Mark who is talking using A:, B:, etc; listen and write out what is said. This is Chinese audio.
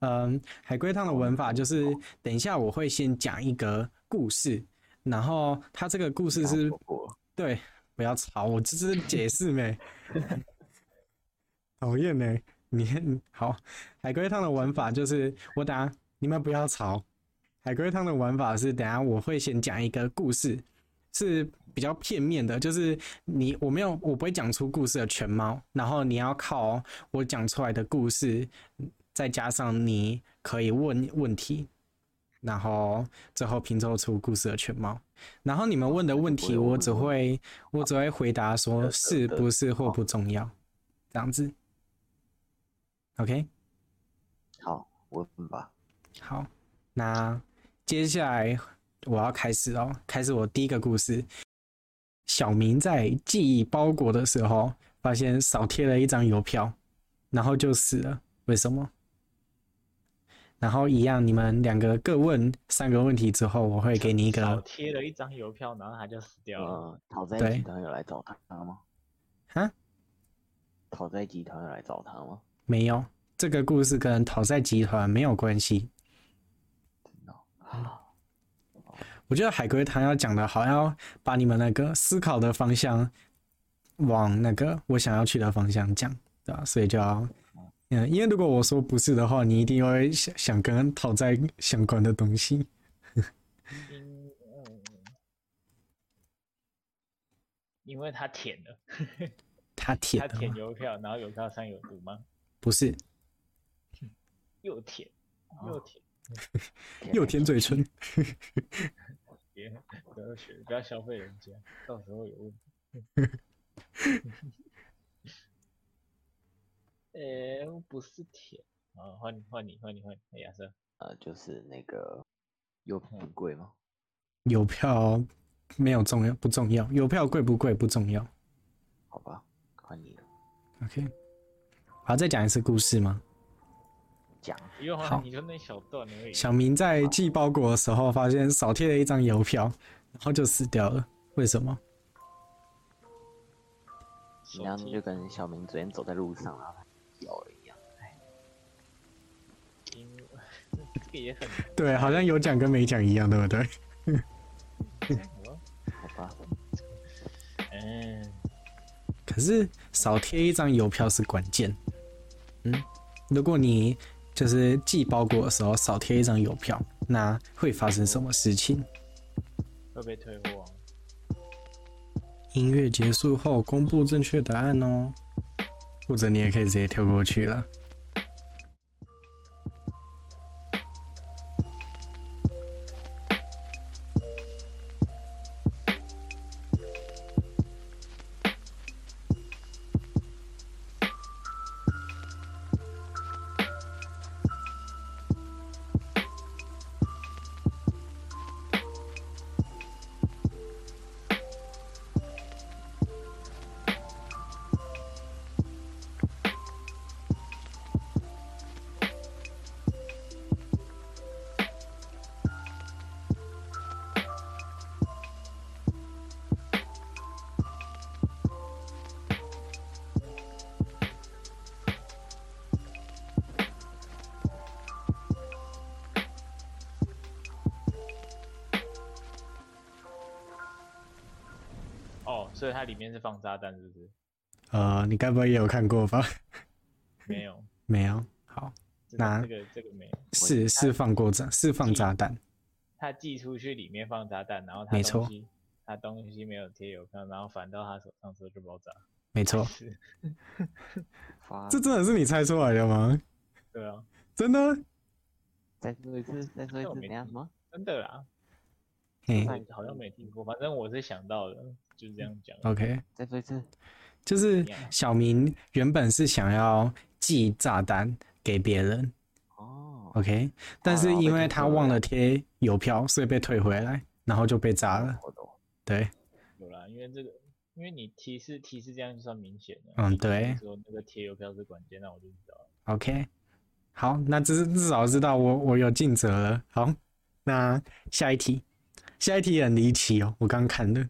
A: 嗯，海龟汤的文法就是，等一下我会先讲一个故事，然后它这个故事是
B: 我
A: 对，不要吵，我这是解释没，讨厌呢。你好，海龟汤的玩法就是我等下你们不要吵。海龟汤的玩法是，等下我会先讲一个故事，是比较片面的，就是你我没有我不会讲出故事的全貌，然后你要靠我讲出来的故事，再加上你可以问问题，然后最后拼凑出故事的全貌。然后你们问的问题，我只会我只会回答说是不是或不重要，这样子。OK，
B: 好，我问吧。
A: 好，那接下来我要开始哦，开始我第一个故事。小明在记忆包裹的时候，发现少贴了一张邮票，然后就死了。为什么？然后一样，你们两个各问三个问题之后，我会给你一
C: 少
A: 个
C: 贴了一张邮票，然后他就死掉了。
B: 呃，讨债
A: 对
B: 集团有来找他吗？
A: 啊，
B: 讨债集团有来找他吗？
A: 没有，这个故事跟讨债集团没有关系。
B: 真的哦啊，
A: 我觉得海龟汤要讲的好，要把你们那个思考的方向往那个我想要去的方向讲，对吧？所以就要，嗯，因为如果我说不是的话，你一定会想想跟讨债相关的东西。
C: 因嗯因为他舔了，
A: 他舔
C: 他
A: 的
C: 舔
A: 吗
C: 邮票，然后邮票上有毒吗？
A: 不是，
C: 又舔
A: 哦
C: 又舔，
A: 又舔嘴唇。
C: 别不要学，不要消费人家，到时候有问题。 呃、不是舔，啊，换你换你换你换你，哎亚瑟，
B: 呃，就是那个又不
C: 嗯
B: 贵吗？
A: 邮票没有重要不重要，邮票贵不贵不重要。
B: 好吧，换你了。
A: OK，好，再讲一次故事吗？
B: 讲
C: 不用啊，
A: 好
C: 你就那小段而已。
A: 小明在寄包裹的时候，发现少贴了一张邮票，然后就死掉了。为什么？
C: 手
B: 你那
C: 机
B: 就跟小明昨天走在路上然后他掉了一样。
C: 因为 这个也很
A: 对，好像有讲跟没讲一样，对不对？
C: 难哦。
B: 好吧，
C: 嗯，
A: 可是少贴一张邮票是关键。嗯，如果你就是寄包裹的时候少贴一张邮票，那会发生什么事情？
C: 会被退货啊。
A: 音乐结束后公布正确答案哦，或者你也可以直接跳过去了。
C: 哦，所以它里面是放炸弹，是不是？
A: 呃，你该不会也有看过吧？
C: 没有，
A: 没有。好，
C: 这
A: 那
C: 个这个这个没有。
A: 是是放过炸，是放炸弹。
C: 他寄出去里面放炸弹，然后他
A: 没错
C: 东西他东西没有贴邮票，然后反到他手上之后就爆炸。
A: 没错，
C: 是，
B: 发
A: 这真的是你猜出来的吗？
C: 对啊，
A: 真的？
B: 再说一次，再说一
C: 这我
B: 次，
C: 没
B: 等下
C: 听
B: 什么？
C: 真的啦，
A: 嘿
C: 我好像没听过，反正我是想到的，就是这样讲。
A: ，OK。
B: 再说一次。
A: 就是
C: 一样
A: 小明原本是想要寄炸弹给别人
B: 哦，
A: ，OK，但
B: 哦
A: 是
B: 然后被
A: 因为
B: 退
A: 他
B: 回
A: 忘
B: 来
A: 了贴邮票，所以被退回来，然后就被炸了。
B: 我懂。
A: 对，
C: 有啦，因为这个，因为你提示提示这样就算明显了。
A: 嗯
C: 你提示
A: 对
C: 说那个贴邮票是关键，那我就知道了。
A: OK，好，那至至少知道我我有尽责了。好，那下一题，下一题也很离奇哦，我刚看的，